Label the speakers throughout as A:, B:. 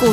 A: 股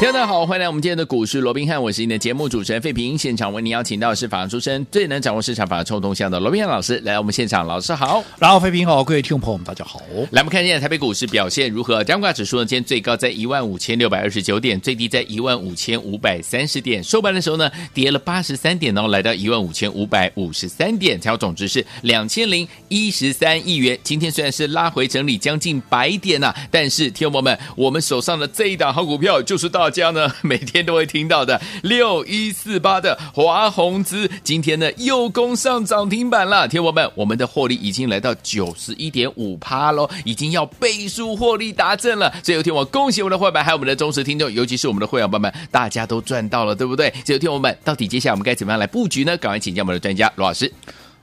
B: 听众大家好，欢迎来我们今天的股市罗宾汉，我是你的节目主持人费平。现场为您邀请到的是法律出身、最能掌握市场法律臭动向的罗宾汉老师来到我们现场，老师好。
C: 然后，飞平好，各位听众朋友们，大家好。
B: 来，我们看一下台北股市表现如何？加权指数呢，今天最高在15,629点，最低在15,530点，收盘的时候呢，跌了83点哦，来到15,553点，成交总值是2,013亿元。今天虽然是拉回整理将近百点呐、但是听众朋友们，我们手上的这一档好股票，就是大家呢每天都会听到的6148的华宏资，今天呢又攻上涨停板了。听众朋友们，我们的获利已经来到九十一点五趴喽，已经要倍数获利达阵了。所以有天我恭喜我们的会员，还有我们的忠实听众，尤其是我们的会员朋友们，大家都赚到了，对不对？所以有天我们到底接下来我们该怎么样来布局呢？赶快请教我们的专家罗老师。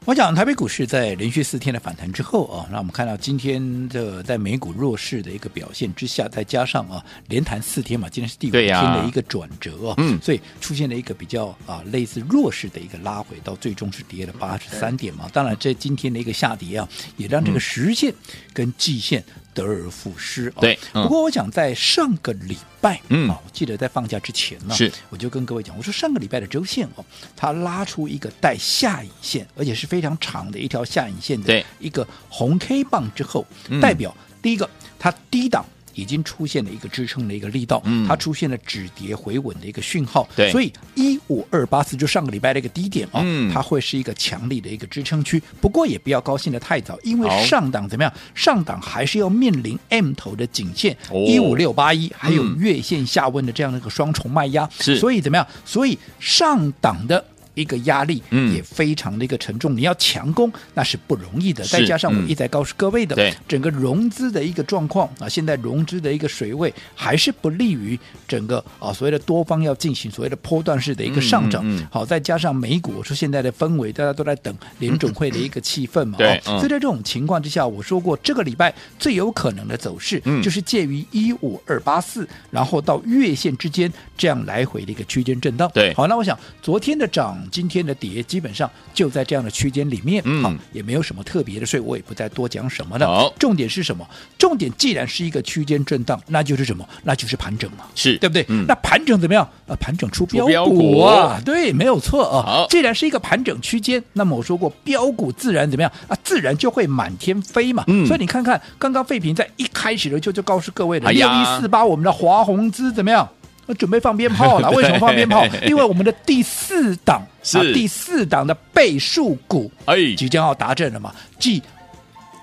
C: 我想台北股市在连续四天的反弹之后啊，那我们看到今天的在美股弱势的一个表现之下，再加上啊连弹四天嘛，今天是第五
B: 对
C: 天
B: 呀
C: 的一个转折哦，
B: 嗯
C: 所以出现了一个比较啊类似弱势的一个拉回，到最终是跌了八十三点嘛。当然，这今天的一个下跌啊，也让这个实线跟季线得而复失、啊。
B: 对嗯
C: 不过我想在上个礼拜，
B: 嗯
C: 啊，我记得在放假之前呢，
B: 是
C: 我就跟各位讲，我说上个礼拜的周线哦，它拉出一个带下影线，而且是非常长的一条下影线
B: 对
C: 的一个红 K 棒之后，
B: 嗯
C: 代表第一个它低档。已经出现了一个支撑的一个力道，
B: 嗯
C: 它出现了止跌回稳的一个讯号，
B: 对
C: 所以一五二八四就上个礼拜的一个低点哦，
B: 嗯
C: 它会是一个强力的一个支撑区。不过也不要高兴的太早，因为
B: 好
C: 上档怎么样？上档还是要面临 M 头的颈线
B: 哦
C: 一五六八一，15681, 还有
B: 嗯
C: 月线下温的这样的一个双重卖压，
B: 是
C: 所以怎么样？所以上档的。一个压力
B: 嗯
C: 也非常的一个沉重，你要强攻那是不容易的。
B: 是
C: 再加上我
B: 嗯
C: 一再告诉各位的，
B: 对
C: 整个融资的一个状况啊，现在融资的一个水位还是不利于整个啊所谓的多方要进行所谓的波段式的一个上涨。
B: 嗯嗯嗯
C: 好，再加上美股，我说现在的氛围，大家都在等联准会的一个气氛嘛，
B: 对
C: 哦
B: 嗯
C: 所以在这种情况之下，我说过这个礼拜最有可能的走势
B: 嗯
C: 就是介于一五二八四，然后到月线之间这样来回的一个区间震荡。
B: 对
C: 好，那我想昨天的涨，今天的跌，基本上就在这样的区间里面，
B: 嗯
C: 好，也没有什么特别的，所以我也不再多讲什么了
B: 好。
C: 重点是什么？重点既然是一个区间震荡，那就是什么？那就是盘整嘛。
B: 是嗯
C: 对不对？那盘整怎么样？啊，盘整出标
B: 标
C: 股啊
B: 股，
C: 对，没有错啊
B: 好。
C: 既然是一个盘整区间，那么我说过，标股自然怎么样啊？自然就会满天飞嘛。
B: 嗯
C: 所以你看看，刚刚费平在一开始的就就告诉各位的，
B: 哎
C: 六一
B: 呀
C: 四八我们的华宏资怎么样？呃准备放鞭 炮了，为什么放鞭炮？因为我们的第四档
B: 是
C: 啊，第四档的倍数股
B: 哎，
C: 即将要达阵了嘛，即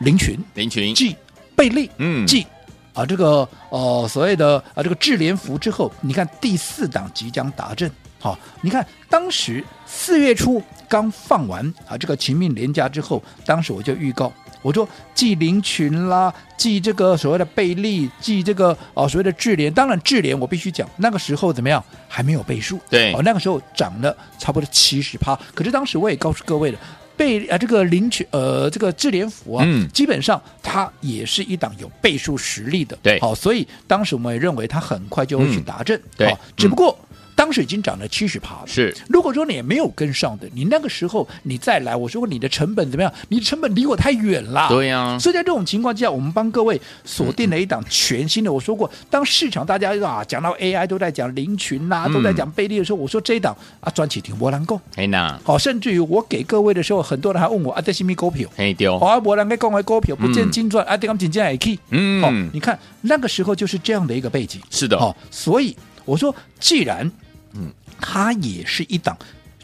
C: 林群，
B: 林群，
C: 继贝利，
B: 哎嗯
C: 继啊这个呃所谓的啊这个智联福之后，你看第四档即将达阵。好，你看当时四月初刚放完啊这个秦命廉价之后，当时我就预告，我说继林群啦，继这个所谓的贝利，继这个啊所谓的智联，当然智联我必须讲，那个时候怎么样还没有倍数，
B: 对嗯
C: 哦那个时候涨了差不多七十趴，可是当时我也告诉各位了。贝啊，这个林群呃，这个智联福啊，
B: 嗯
C: 基本上它也是一档有倍数实力的，
B: 对嗯
C: 好，所以当时我们也认为它很快就会去达阵，
B: 对
C: 好只不过。当时已经涨了七十趴了，
B: 是
C: 如果说你也没有跟上的，你那个时候你再来，我说过你的成本怎么样？你的成本离我太远了。
B: 对啊呀
C: 所以在这种情况之下，我们帮各位锁定了一档全新的。我说过，当市场大家啊讲到 AI 都在讲林群啦、
B: 嗯
C: 都在讲贝利的时候，我说这一档啊赚起挺波澜够。
B: 哎呐，
C: 好，甚至于我给各位的时候，很多人还问我啊，这是咪股票？哦
B: 哎丢
C: 华博人该讲的股票不见经传，啊，这个真正也去。
B: 嗯
C: 哦，你看那个时候就是这样的一个背景。
B: 是的
C: 哦，所以我说，既然
B: 嗯
C: 嗯，它也是一档。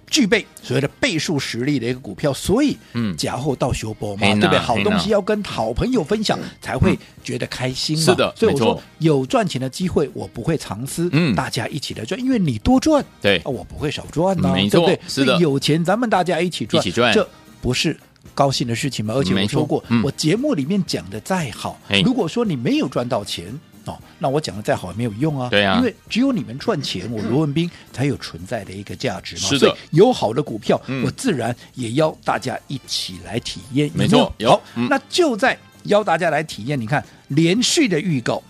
C: 具备所谓的倍数实力的一个股票，所以
B: 嗯
C: 假后到修波嘛，
B: 嘿呐
C: 对不对？好
B: 嘿呐嗯
C: 东西要跟好朋友分享，才会觉得开心嘛。
B: 是的
C: 所以我
B: 没错
C: 说有赚钱的机会，我不会藏私，
B: 嗯
C: 大家一起来赚，因为你多赚，
B: 对
C: 啊我不会少赚呐、
B: 嗯没
C: 对
B: 错
C: 不对？
B: 是的
C: 所以有钱咱们大家一起赚，
B: 一起赚
C: 这不是高兴的事情吗？而且
B: 没
C: 我
B: 错
C: 说过，
B: 嗯
C: 我节目里面讲的再好
B: 嘿，
C: 如果说你没有赚到钱哦，那我讲的再好也没有用啊。
B: 对啊
C: 因为只有你们赚钱，我罗文斌才有存在的一个价值嘛。
B: 是的
C: 所以有好的股票
B: 嗯，
C: 我自然也要大家一起来体验。
B: 没
C: 有
B: 错
C: 没有
B: 有嗯
C: 好，那就在邀大家来体验，你看连续的预购，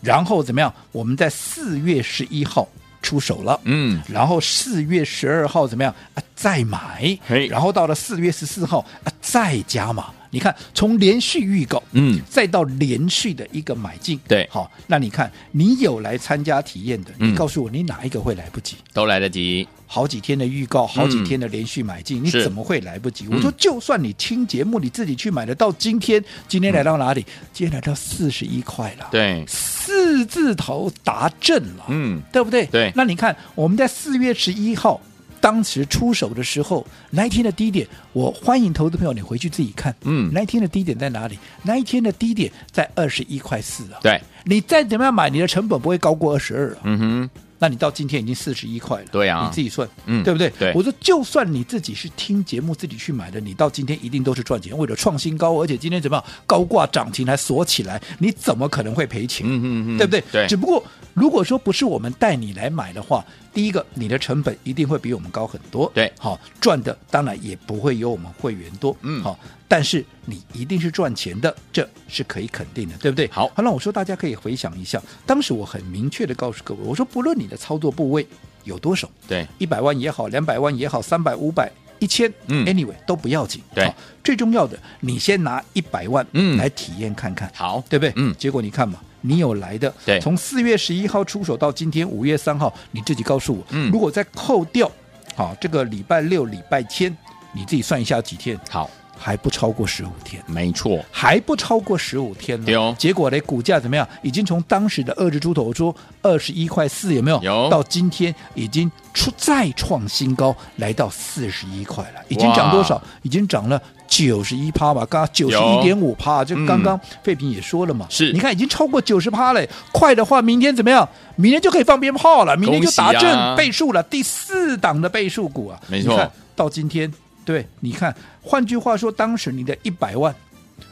C: 然后怎么样？我们在四月十一号出手了，
B: 嗯，
C: 然后四月十二号怎么样啊？再买
B: 嘿，
C: 然后到了四月十四号啊，再加码。你看，从连续预购，
B: 嗯
C: 再到连续的一个买进，
B: 对
C: 好，那你看，你有来参加体验的，
B: 嗯
C: 你告诉我，你哪一个会来不及？
B: 都来得及，
C: 好几天的预告，好几天的连续买进，你
B: 嗯是
C: 怎么会来不及？
B: 嗯
C: 我说，就算你听节目，你自己去买的，到今天，今天来到哪里？今天来到四十一块了，，
B: 对，
C: 四字头达阵了，
B: 嗯，
C: 对不对？
B: 对
C: 那你看，我们在四月十一号当时出手的时候，那一天的低点，我欢迎投资朋友你回去自己看。
B: 嗯
C: 那一天的低点在哪里？那一天的低点在二十一块四啊。，
B: 对，
C: 你再怎么样买，你的成本不会高过二十二啊。
B: 嗯哼，
C: 那你到今天已经四十一块了，
B: 对啊
C: 你自己算，
B: 嗯
C: 对不对？
B: 对
C: 我说就算你自己是听节目自己去买的，你到今天一定都是赚钱，为了创新高，而且今天怎么样高挂涨停还锁起来，你怎么可能会赔钱？
B: 嗯哼嗯哼
C: 对不对？
B: 对
C: 只不过如果说不是我们带你来买的话，第一个你的成本一定会比我们高很多，
B: 对
C: 好赚的当然也不会有我们会员多，
B: 嗯
C: 好。但是你一定是赚钱的，这是可以肯定的，对不对？
B: 好
C: 好，那我说大家可以回想一下，当时我很明确的告诉各位，我说不论你的操作部位有多少，
B: 对，
C: 一百万也好，两百万也好，三百、五百、一千，
B: 嗯
C: ，anyway 都不要紧。
B: 对
C: 好最重要的，你先拿一百万，
B: 嗯
C: 来体验看看，
B: 好，
C: 对不对？
B: 嗯
C: 结果你看嘛，你有来的，
B: 对
C: 从四月十一号出手到今天五月三号，你自己告诉我，
B: 嗯
C: 如果再扣掉，好，这个礼拜六、礼拜天，你自己算一下几天，
B: 好，
C: 还不超过十五天。
B: 没错，
C: 还不超过十五天呢。
B: 对哦
C: 结果呢，股价怎么样？已经从当时的二十出头，我说二十一块四，有没有？
B: 有
C: 到今天已经出再创新高，来到四十一块了，已经涨多少？已经涨了。九十一趴吧，刚九十一点五趴，就刚刚费平也说了嘛，
B: 嗯是
C: 你看已经超过九十趴了，快的话明天怎么样？
B: 啊
C: 明天就可以放鞭炮了，明天就打
B: 恭喜
C: 正
B: 啊
C: 倍数了，第四档的倍数股啊，
B: 没错
C: 你看到今天，对，你看，换句话说，当时你的一百万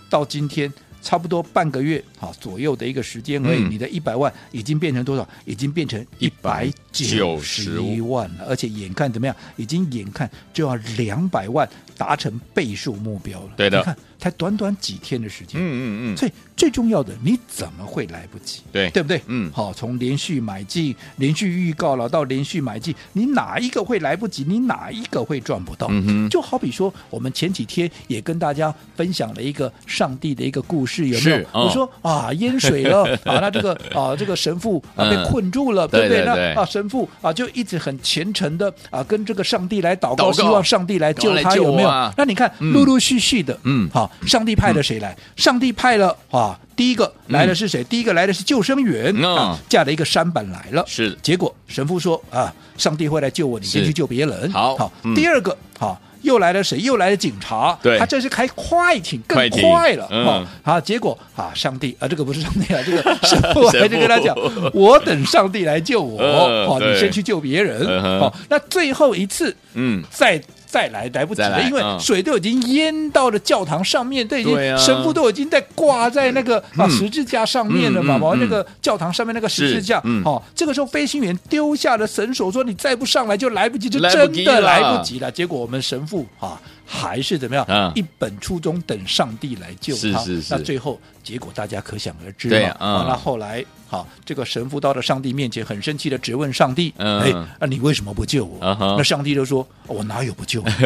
C: 到今天差不多半个月啊左右的一个时间而已，
B: 嗯
C: 你的一百万已经变成多少？已经变成一百九十一万了，而且眼看怎么样？已经眼看就要两百万达成倍数目标了。
B: 对的
C: 你看才短短几天的时间，
B: 嗯嗯嗯，
C: 所以最重要的，你怎么会来不及？
B: 对
C: 对不对？
B: 嗯
C: 好，从连续买进、连续预告了到连续买进，你哪一个会来不及？你哪一个会赚不到？
B: 嗯哼
C: 就好比说，我们前几天也跟大家分享了一个上帝的一个故事，有没有
B: 是？哦
C: 我说啊，淹水了 啊，那这个啊，这个神父
B: 嗯
C: 啊被困住了，
B: 对
C: 不对？
B: 对对
C: 那啊，神父啊就一直很虔诚的啊跟这个上帝来祷
B: 祷告
C: 告，希望上帝来救
B: 赶快
C: 他，
B: 来救
C: 有没有
B: 我啊？
C: 那你看，
B: 嗯
C: 陆陆续续的，
B: 嗯
C: 好，上帝派了谁来？上帝派了啊，第一个来的是谁？第一个来的是救生员
B: 嗯
C: 啊，架了一个舢板来了。
B: 是
C: 结果神父说啊，上帝会来救我，你先
B: 是
C: 去救别人。
B: 好
C: 好
B: 嗯，
C: 第二个好。又来了谁？又来了警察。
B: 对
C: 他这是开快艇，更
B: 快艇
C: 快了。
B: 嗯
C: 好，啊，结果啊，上帝啊，这个不是上帝 啊，这个神父还
B: 神
C: 是
B: 父
C: 跟他讲，我等上帝来救我。
B: 嗯
C: 哦，你
B: 对
C: 先去救别人
B: 嗯。哼
C: 好，那最后一次，
B: 嗯，
C: 再再来来不及
B: 再
C: 了，
B: 来
C: 因为
B: 嗯
C: 水都已经淹到了教堂上面，都已经
B: 对啊
C: 神父都已经在挂在那个啊
B: 嗯
C: 十字架上面了嘛，
B: 嗯嗯
C: 往
B: 嗯
C: 那个教堂上面那个十字
B: 是
C: 架
B: 嗯。
C: 哦，这个时候飞行员丢下了绳索，说你再不上来就来不及，就
B: 来不及
C: 真的
B: 了
C: 来不及了。结果我们神父啊。还是怎么
B: 嗯
C: 样？一本初衷，等上帝来救
B: 是
C: 他
B: 是。是
C: 那最后结果大家可想而知
B: 对
C: 嘛
B: 啊。嗯
C: 好那后来，好，这个神父到了上帝面前，很生气的质问上帝：“
B: 嗯
C: 哎，那你为什么不救我？”
B: 嗯哼？
C: 那上帝就说：“哦我哪有不救？啊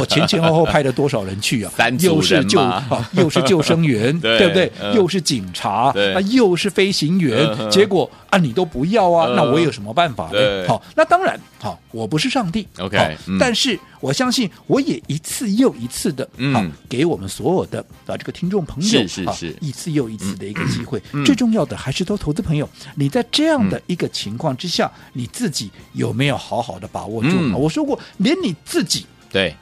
C: 我前前后后派了多少人去啊
B: 三组
C: 又是
B: 人
C: 救
B: 嘛
C: 啊，又是救生员，
B: 对
C: 不对？
B: 嗯
C: 又是警察，
B: 对
C: 啊，又是飞行员
B: 嗯哼，
C: 结果啊，你都不要啊
B: 嗯，
C: 那我有什么办法
B: 对
C: 呢？好，那当然，好，我不是上帝
B: OK，
C: 好
B: 嗯
C: 但是我相信我也一次又一次的，
B: 嗯
C: 好，给我们所有的啊这个听众朋友，
B: 是是
C: 好
B: 是
C: 一次又一次的一个机会
B: 嗯。
C: 最重要的还是都投资朋友，你在这样的一个情况之下，你自己有没有好好的把握住
B: 嗯
C: 嘛？我说过，连你自己。
B: 对，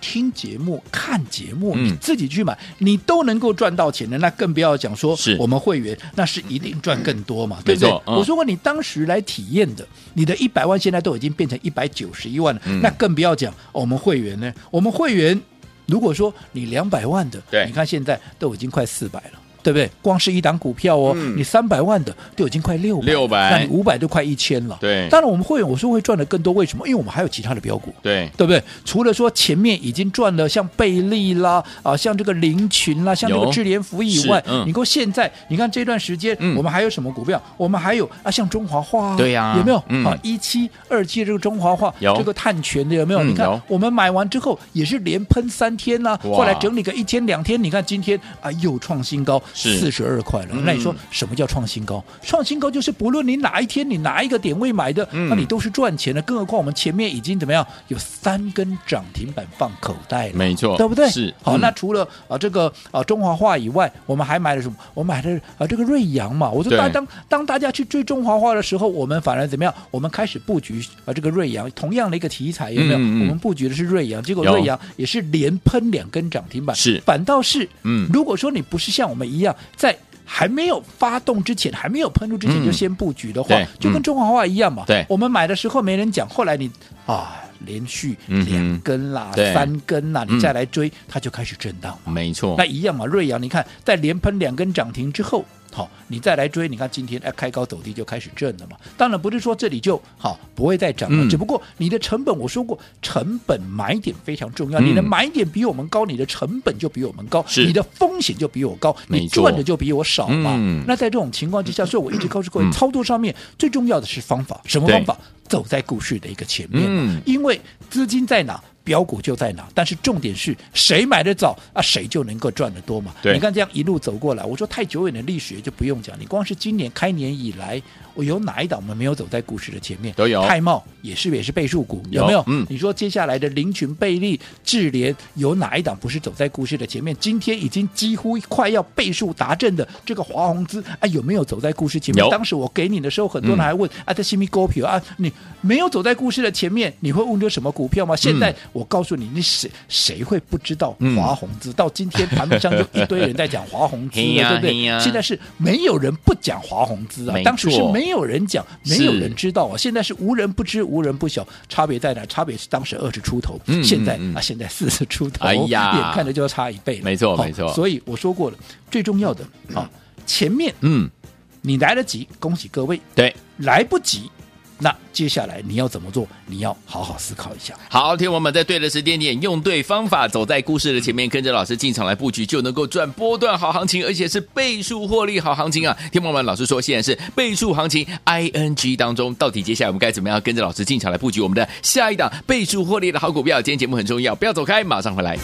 C: 听节目、看节目，
B: 嗯
C: 你自己去买，你都能够赚到钱的，那更不要讲说
B: 是
C: 我们会员，那是一定赚更多嘛，
B: 没
C: 对
B: 错
C: 不对？
B: 嗯
C: 我说过，你当时来体验的，你的一百万现在都已经变成一百九十一万了，
B: 嗯
C: 那更不要讲、哦我们会员呢，我们会员如果说你两百万的，
B: 对
C: 你看现在都已经快四百了。对不对？光是一档股票哦，
B: 嗯
C: 你三百万的就已经快六
B: 600
C: 那你五百就快一千了。
B: 对
C: 当然我们会员我说会赚的更多，为什么？因为我们还有其他的标股。
B: 对，
C: 对不对？除了说前面已经赚了像贝利啦，啊，像这个林群啦，像这
B: 有
C: 个智联福以外
B: 是，嗯
C: 你够现在你看这段时间、
B: 嗯
C: 我们还有什么股票？我们还有啊，像中华化、
B: 对呀
C: 有没有？
B: 嗯
C: 啊，一七二七这个中华化，
B: 有
C: 这个碳权的有没有？
B: 嗯
C: 你
B: 有
C: 看我们买完之后也是连喷三天啦、
B: 哇
C: 后来整理个一天两天，你看今天啊又创新高
B: 是
C: 四十二块了、
B: 嗯
C: 那你说什么叫创新高？创新高就是不论你哪一天你哪一个点位买的，
B: 嗯
C: 那你都是赚钱的。更何况我们前面已经怎么样，有三根涨停板放口袋了，
B: 没错
C: 对不对？
B: 是
C: 好，
B: 嗯
C: 那除了啊这个啊中华化以外，我们还买了什么？我买了啊这个瑞阳嘛。我说
B: 对
C: 大当当大家去追中华化的时候，我们反而怎么样？我们开始布局啊这个瑞阳同样的一个题材有没有？
B: 嗯嗯嗯
C: 我们布局的是瑞阳，结果
B: 有
C: 瑞阳也是连喷两根涨停板，
B: 是
C: 反倒是
B: 嗯
C: 如果说你不是像我们一样在。还没有发动之前，还没有喷出之前
B: 嗯
C: 就先布局的话，
B: 对
C: 就跟
B: 嗯
C: 中华化一样嘛。
B: 对
C: 我们买的时候没人讲，后来你啊，连续
B: 嗯哼
C: 两根啦、
B: 对
C: 三根啦，
B: 嗯
C: 你再来追，它就开始震荡嘛。
B: 没错
C: 那，一样嘛，瑞阳，你看在连喷两根涨停之后，好、你再来追，你看今天哎开高走低就开始震了嘛。当然不是说这里就好、不会再涨了，
B: 嗯
C: 只不过你的成本我说过，成本买点非常重要，
B: 嗯
C: 你的买点比我们高，你的成本就比我们高，
B: 是
C: 你的风险就比我高，
B: 没
C: 你
B: 错
C: 赚的就比我少嘛。
B: 嗯
C: 那在这种情况之下，所以我一直告诉各位，
B: 嗯
C: 操作上面最重要的是方法，什么
B: 对
C: 方法？走在股市的一个前面嘛，
B: 嗯
C: 因为资金在哪，标股就在哪。但是重点是谁买的早啊，谁就能够赚得多嘛。
B: 对
C: 你看这样一路走过来，我说太久远的历史也就不用讲，你光是今年开年以来，我有哪一档我们没有走在股市的前面？
B: 都有
C: 泰茂也是也是倍数股，
B: 有
C: 有没有？
B: 嗯
C: 你说接下来的林群、贝利、智联有哪一档不是走在股市的前面？今天已经几乎快要倍数达阵的这个华宏资，啊，有没有走在股市前面
B: 有？嗯
C: 当时我给你的时候，很多人还问、啊，这新米股票啊，你没有走在股市的前面，你会问这什么股票吗？现在我告诉你，你谁谁会不知道
B: 嗯
C: 华宏资？到今天盘面上就一堆人在讲华宏资
B: 嘿呀
C: 了，对不
B: 嘿
C: 对？
B: 呀
C: 现在是没有人不讲华宏资啊
B: 没，
C: 当时是
B: 错
C: 没有人讲，没有
B: 是
C: 人知道啊，现在是无人不知，无人不晓。差别在哪？差别是当时二十出头，
B: 嗯
C: 现在、
B: 嗯嗯
C: 啊，现在四十出头，
B: 哎呀
C: 眼看着就要差一倍了。
B: 没错
C: 好
B: 没错
C: 所以我说过了，最重要的啊，前面
B: 嗯，
C: 你来得及，恭喜各位；
B: 对。
C: 来不及，那接下来你要怎么做？你要好好思考一下。
B: 好，听我们在对的时间点，用对方法，走在故事的前面，跟着老师进场来布局，就能够赚波段好行情，而且是倍数获利好行情
C: 嗯
B: 啊！听我们老师说，现在是倍数行情啊 ING 当中，到底接下来我们该怎么样跟着老师进场来布局我们的下一档倍数获利的好股票？今天节目很重要，不要走开，马上回来。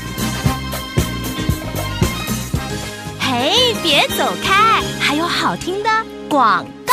A: 嘿，别走开，还有好听的广告。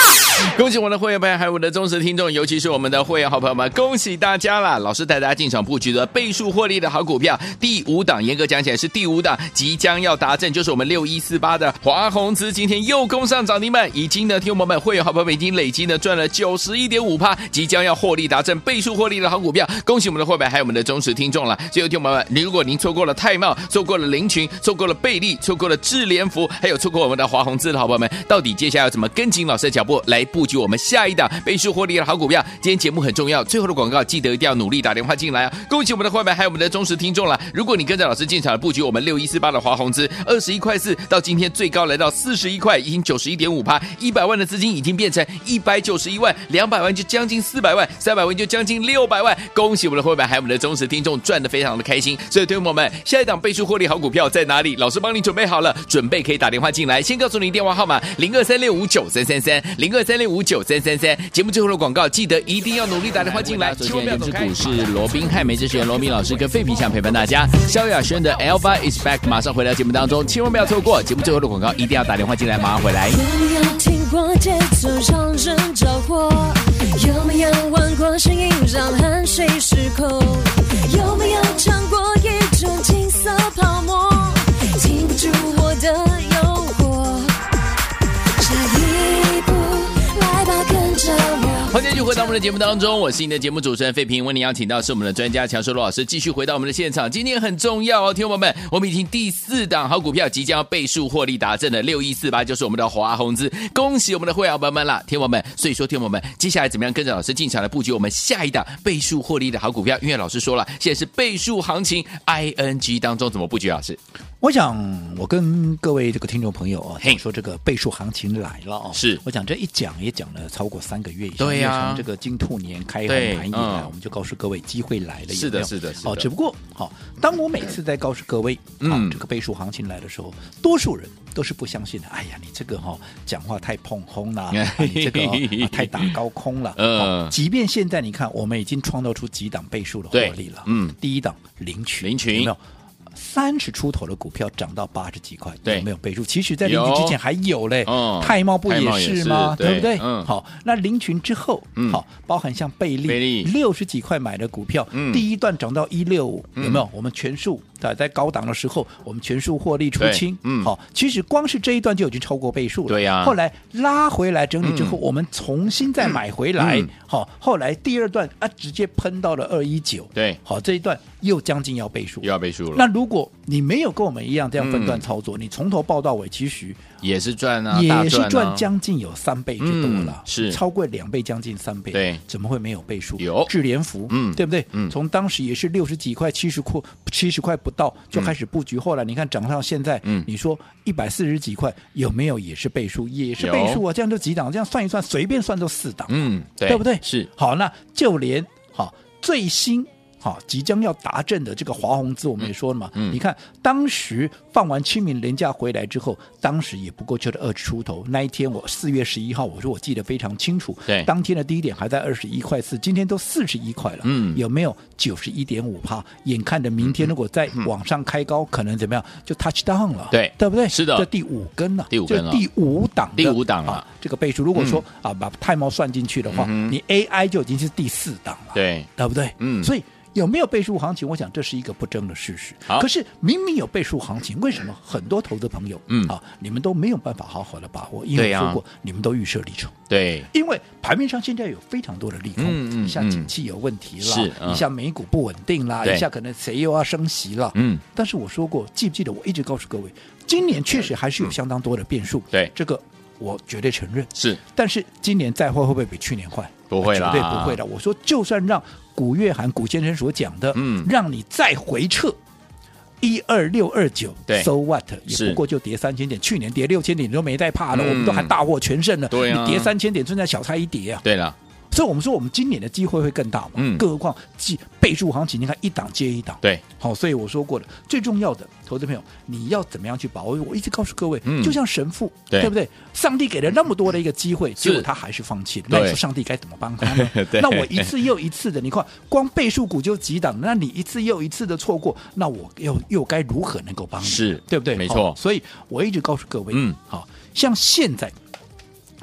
B: 恭喜我们的会员朋友，还有我们的忠实听众，尤其是我们的会员好朋友们，恭喜大家啦！老师带大家进场布局的倍数获利的好股票，第五档，严格讲起来是第五档，即将要达阵，就是我们六一四八的华宏资，今天又攻上涨停板，已经呢，听我们会员好朋友们已经累积呢赚了九十一点五趴，即将要获利达阵，倍数获利的好股票，恭喜我们的会员，还有我们的忠实听众了。所以，听我们，如果您错过了泰茂，错过了林群，错过了贝利，错过了智联福，还有错过我们的华宏资的好朋友们，到底接下来要怎么跟紧老师的脚步来布局我们下一档倍数获利的好股票？今天节目很重要，最后的广告记得一定要努力打电话进来啊！恭喜我们的伙伴，还有我们的忠实听众了。如果你跟着老师进场布局我们六一四八的华宏资，二十一块四到今天最高来到四十一块，已经九十一点五趴，一百万的资金已经变成一百九十一万，两百万就将近四百万，三百万就将近六百万。恭喜我们的伙伴，还有我们的忠实听众赚的非常的开心。所以，对我们下一档倍数获利好股票在哪里？老师帮你准备好了，准备可以打电话进来，先告诉你电话号码零二三六五九三三三零二三六五九三三三。节目最后的广告，记得一定要努力打电话进来，千
D: 首
B: 万
D: 先，
B: 不要
D: 认
B: 走
D: 知
B: 开
D: 股。市罗宾汉梅之选罗宾老师跟废品相陪伴大家。萧亚轩的 Alpha is back，马上回到节目当中，千万不要错过节目最后的广告，一定要打电话进来，马上回来。
E: 有没有听过节奏让人着火？有没有玩过声音让汗水失控？有没有尝过一种金色泡沫？禁不住我的诱惑，下一步来吧，跟着我。
B: 欢迎继续回到我们的节目当中，我是你的节目主持人费平，为您邀请到是我们的专家强硕罗老师，继续回到我们的现场。今天很重要哦，听众朋友们，我们已经第四档好股票即将要倍数获利达阵了，六一四八就是我们的华宏资，恭喜我们的会员朋友们啦，听众朋友们。所以说，听众朋友们，接下来怎么样跟着老师进场来布局我们下一档倍数获利的好股票？因为老师说了，现在是倍数行情，ING 当中怎么布局？老师
C: 我想我跟各位这个听众朋友啊，
B: 嘿
C: 说这个倍数行情来了哦，
B: 是
C: 我想这一讲也讲了超过三个月以上，
B: 对呀
C: 因为从这个金兔年开红
B: 对
C: 盘以来，
B: 嗯
C: 啊我们就告诉各位机会来了，有
B: 是的
C: 没有
B: 是的是的
C: 哦，只不过好、当我每次在告诉各位，
B: 嗯
C: 嗯，这个倍数行情来的时候，多数人都是不相信的，哎呀，你这个哈、讲话太碰 轰了，啊你这个、哦啊太打高空了，
B: 嗯
C: 哦即便现在你看，我们已经创造出几档倍数的获
B: 对
C: 利了，
B: 嗯
C: 第一档领取，
B: 领取
C: 有没有？三十出头的股票涨到八十几块，
B: 对
C: 有没有倍数？其实，在领
B: 有
C: 取之前还有嘞
B: 嗯，
C: 泰茂不
B: 泰茂
C: 也
B: 也
C: 是
B: 是
C: 吗？
B: 对
C: 对不对？
B: 嗯
C: 好，那领取之后
B: 嗯，
C: 好，包含像贝
B: 贝利
C: 利六十几块买的股票
B: 嗯，
C: 第一段涨到一六五，有没有？我们全数在在高档的时候，我们全数获利出
B: 对
C: 清。
B: 嗯
C: 好，其实光是这一段就已经超过倍数了。
B: 对呀
C: 后来拉回来整理之后，我们重新再买回来
B: 嗯。
C: 好，后来第二段啊，直接喷到了二一九。
B: 对
C: 好，这一段又将近要倍数。
B: 又要倍数了，
C: 那如果你没有跟我们一样这样分段操作，你从头报到尾，其实
B: 也是赚啊，大
C: 也是
B: 啊
C: 赚将近有三倍之多了，
B: 嗯是
C: 超过两倍，将近三倍。
B: 对
C: 怎么会没有倍数？
B: 有
C: 智联福，
B: 嗯
C: 对不对？
B: 嗯
C: 从当时也是六十几块、七十块、七十块不到就开始布局，后来你看涨到现在，
B: 嗯
C: 你说一百四十几块有没有也是倍数？也是
B: 有
C: 倍数啊！这样就几档，这样算一算，随便算都四档。
B: 嗯，对，
C: 对不对？
B: 是，
C: 好，那就连好最新。好，即将要达阵的这个华宏资，我们也说了嘛，
B: 嗯
C: 你看当时放完清明连假回来之后，当时也不过就在二出头。那一天我四月十一号，我说我记得非常清楚，
B: 对
C: 当天的低点还在二十一块四，今天都四十一块了，
B: 嗯
C: 有没有九十一点五帕？眼看着明天如果再往上开高，可能怎么样就 touch down 了，
B: 嗯对
C: 对不对？
B: 是的
C: 这第五根了，
B: 第五根了
C: 这第五档的，
B: 第五档了
C: 啊这个倍数，如果说、
B: 嗯
C: 啊把泰茂算进去的话，你 AI 就已经是第四档了，
B: 对，
C: 对不对？
B: 嗯
C: 所以有没有倍数行情，我想这是一个不争的事实
B: 好。
C: 可是明明有倍数行情，为什么很多投资朋友，
B: 嗯
C: 啊，你们都没有办法好好的把握？因
B: 对
C: 为
B: 呀
C: 我说过，你们都预设立场。
B: 对，
C: 因为盘面上现在有非常多的利空，
B: 嗯嗯
C: 一下景气有问题啦，
B: 是嗯
C: 一下美股不稳定啦，
B: 对
C: 一下可能谁又要升息了。
B: 嗯，
C: 但是我说过，记不记得我一直告诉各位，今年确实还是有相当多的变数。
B: 嗯对
C: 这个我绝对承认。
B: 是
C: 但是今年再坏会不会比去年坏？
B: 不会啦
C: 绝对不会的。我说，就算让古月涵古先生所讲的，
B: 嗯
C: 让你再回撤。一二六二九
B: 对
C: ，so what？也
B: 是
C: 不过就跌三千点，去年跌六千点你都没再怕了，
B: 嗯
C: 我们都还大获全胜了。
B: 对啊
C: 你跌三千点，正在小菜一碟啊。
B: 对了，
C: 所以我们说，我们今年的机会会更大嘛。
B: 嗯
C: 更何况，既倍数行情，你看一档接一档。
B: 对，
C: 好，所以我说过了，最重要的，投资朋友，你要怎么样去把握？我一直告诉各位，
B: 嗯
C: 就像神父，
B: 对
C: 不对？上帝给了那么多的一个机会，
B: 是
C: 结果他还是放弃了。那
B: 对
C: 你说上帝该怎么帮他呢
B: 对？
C: 那我一次又一次的，你看光倍数股就几档，那你一次又一次的错过，那我又又该如何能够帮你？
B: 是
C: 对不对？
B: 没错
C: 好所以我一直告诉各位，
B: 嗯，
C: 好像现在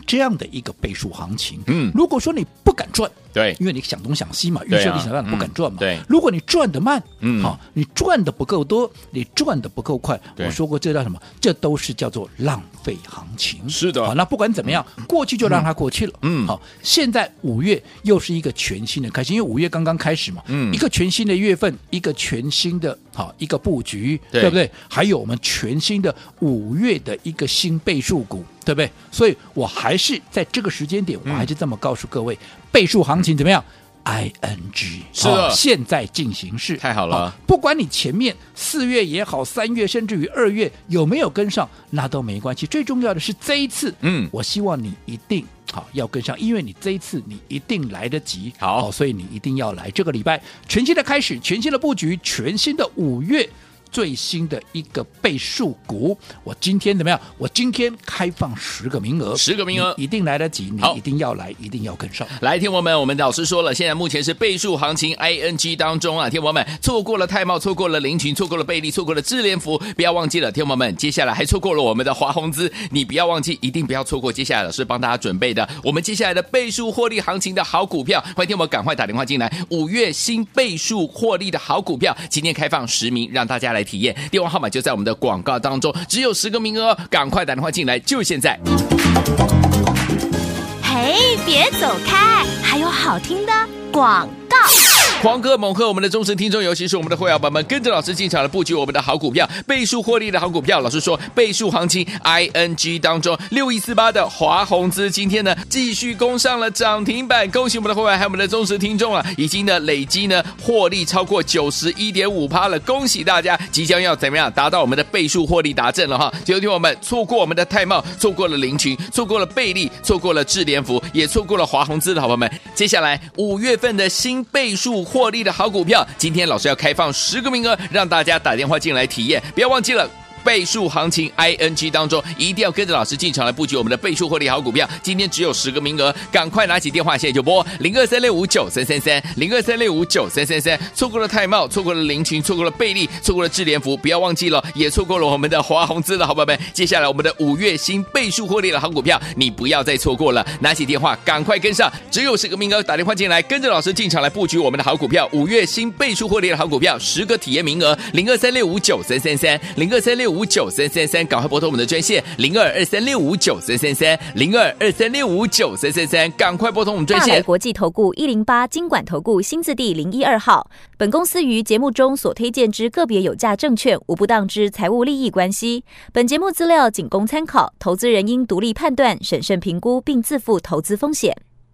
C: 这样的一个倍数行情，
B: 嗯
C: 如果说你不敢赚，
B: 对，
C: 因为你想东想西嘛，预
B: 对啊
C: 设立想让你不敢赚嘛。
B: 嗯对
C: 如果你赚得慢，
B: 嗯
C: 好，你赚的不够多，你赚的不够快。
B: 对
C: 我说过，这叫什么？这都是叫做浪费行情。
B: 是的
C: 好，那不管怎么样，过去就让它过去了。
B: 嗯
C: 好，现在五月又是一个全新的开始，因为五月刚刚开始嘛，
B: 嗯
C: 一个全新的月份，一个全新的好一个布局，
B: 对
C: 不对？还有我们全新的五月的一个新倍数股，对不对？所以我还是在这个时间点，我还是这么告诉各位，倍数行情怎么样？ing
B: 是的
C: 好现在进行式
B: 太好了
C: 不管你前面四月也好，三月甚至于二月有没有跟上，那都没关系。最重要的是这一次，
B: 嗯
C: 我希望你一定好要跟上，因为你这一次你一定来得及。
B: 好
C: 哦所以你一定要来。这个礼拜全新的开始，全新的布局，全新的五月。最新的一个倍数股，我今天怎么样？我今天开放十个名额，
B: 10个名额
C: 你一定来得及，你
B: 好
C: 一定要来，一定要跟上。
B: 来，天王们，我们老师说了，现在目前是倍数行情 ING 当中啊，天王们错过了泰茂，错过了林群，错过了贝利，错过了智联福，不要忘记了，天王们，接下来还错过了我们的华宏资，你不要忘记，一定不要错过接下来老师帮大家准备的我们接下来的倍数获利行情的好股票，欢迎天王们赶快打电话进来，五月新倍数获利的好股票，今天开放十名，让大家来体验，电话号码就在我们的广告当中，只有十个名额，赶快打电话进来，就现在。
A: 嘿，别走开，还有好听的广告。
B: 狂贺猛贺我们的忠实听众，尤其是我们的会员宝宝们，跟着老师进场来布局我们的好股票，倍数获利的好股票。老师说，倍数行情 ING 当中六一四八的华宏资，今天呢继续攻上了涨停板，恭喜我们的会员还有我们的忠实听众啊，已经呢累积呢获利超过九十一点五趴了，恭喜大家，即将要怎么样达到我们的倍数获利达阵了哈？有听我们错过我们的泰茂，错过了林群，错过了贝利，错过了智联福，也错过了华宏资的好朋友们，接下来五月份的新倍数获利的好股票，今天老师要开放十个名额，让大家打电话进来体验，不要忘记了。倍数行情 ING 当中，一定要跟着老师进场来布局我们的倍数获利好股票。今天只有十个名额，赶快拿起电话现在就拨零二三六五九三三三零二三六五九三三三。错过了泰茂，错过了林群，错过了贝利，错过了智联福，不要忘记了，也错过了我们的华宏资的好朋友们。接下来我们的五月新倍数获利的好股票，你不要再错过了，拿起电话赶快跟上，只有十个名额，打电话进来，跟着老师进场来布局我们的好股票，五月新倍数获利的好股票，十个体验名额零二三六五九三三三零二三六。五九三三三，赶快拨通我们的专线零二二三六五九三三三零二二三六五九三三三，赶快拨通我们专
F: 大来
B: 线。
F: 国际投顾一零八金管投顾新字第零一二号。本公司于节目中所推荐之个别有价证券，无不当之财务利益关系。本节目资料仅供参考，投资人应独立判断、审慎评估，并自负投资风险。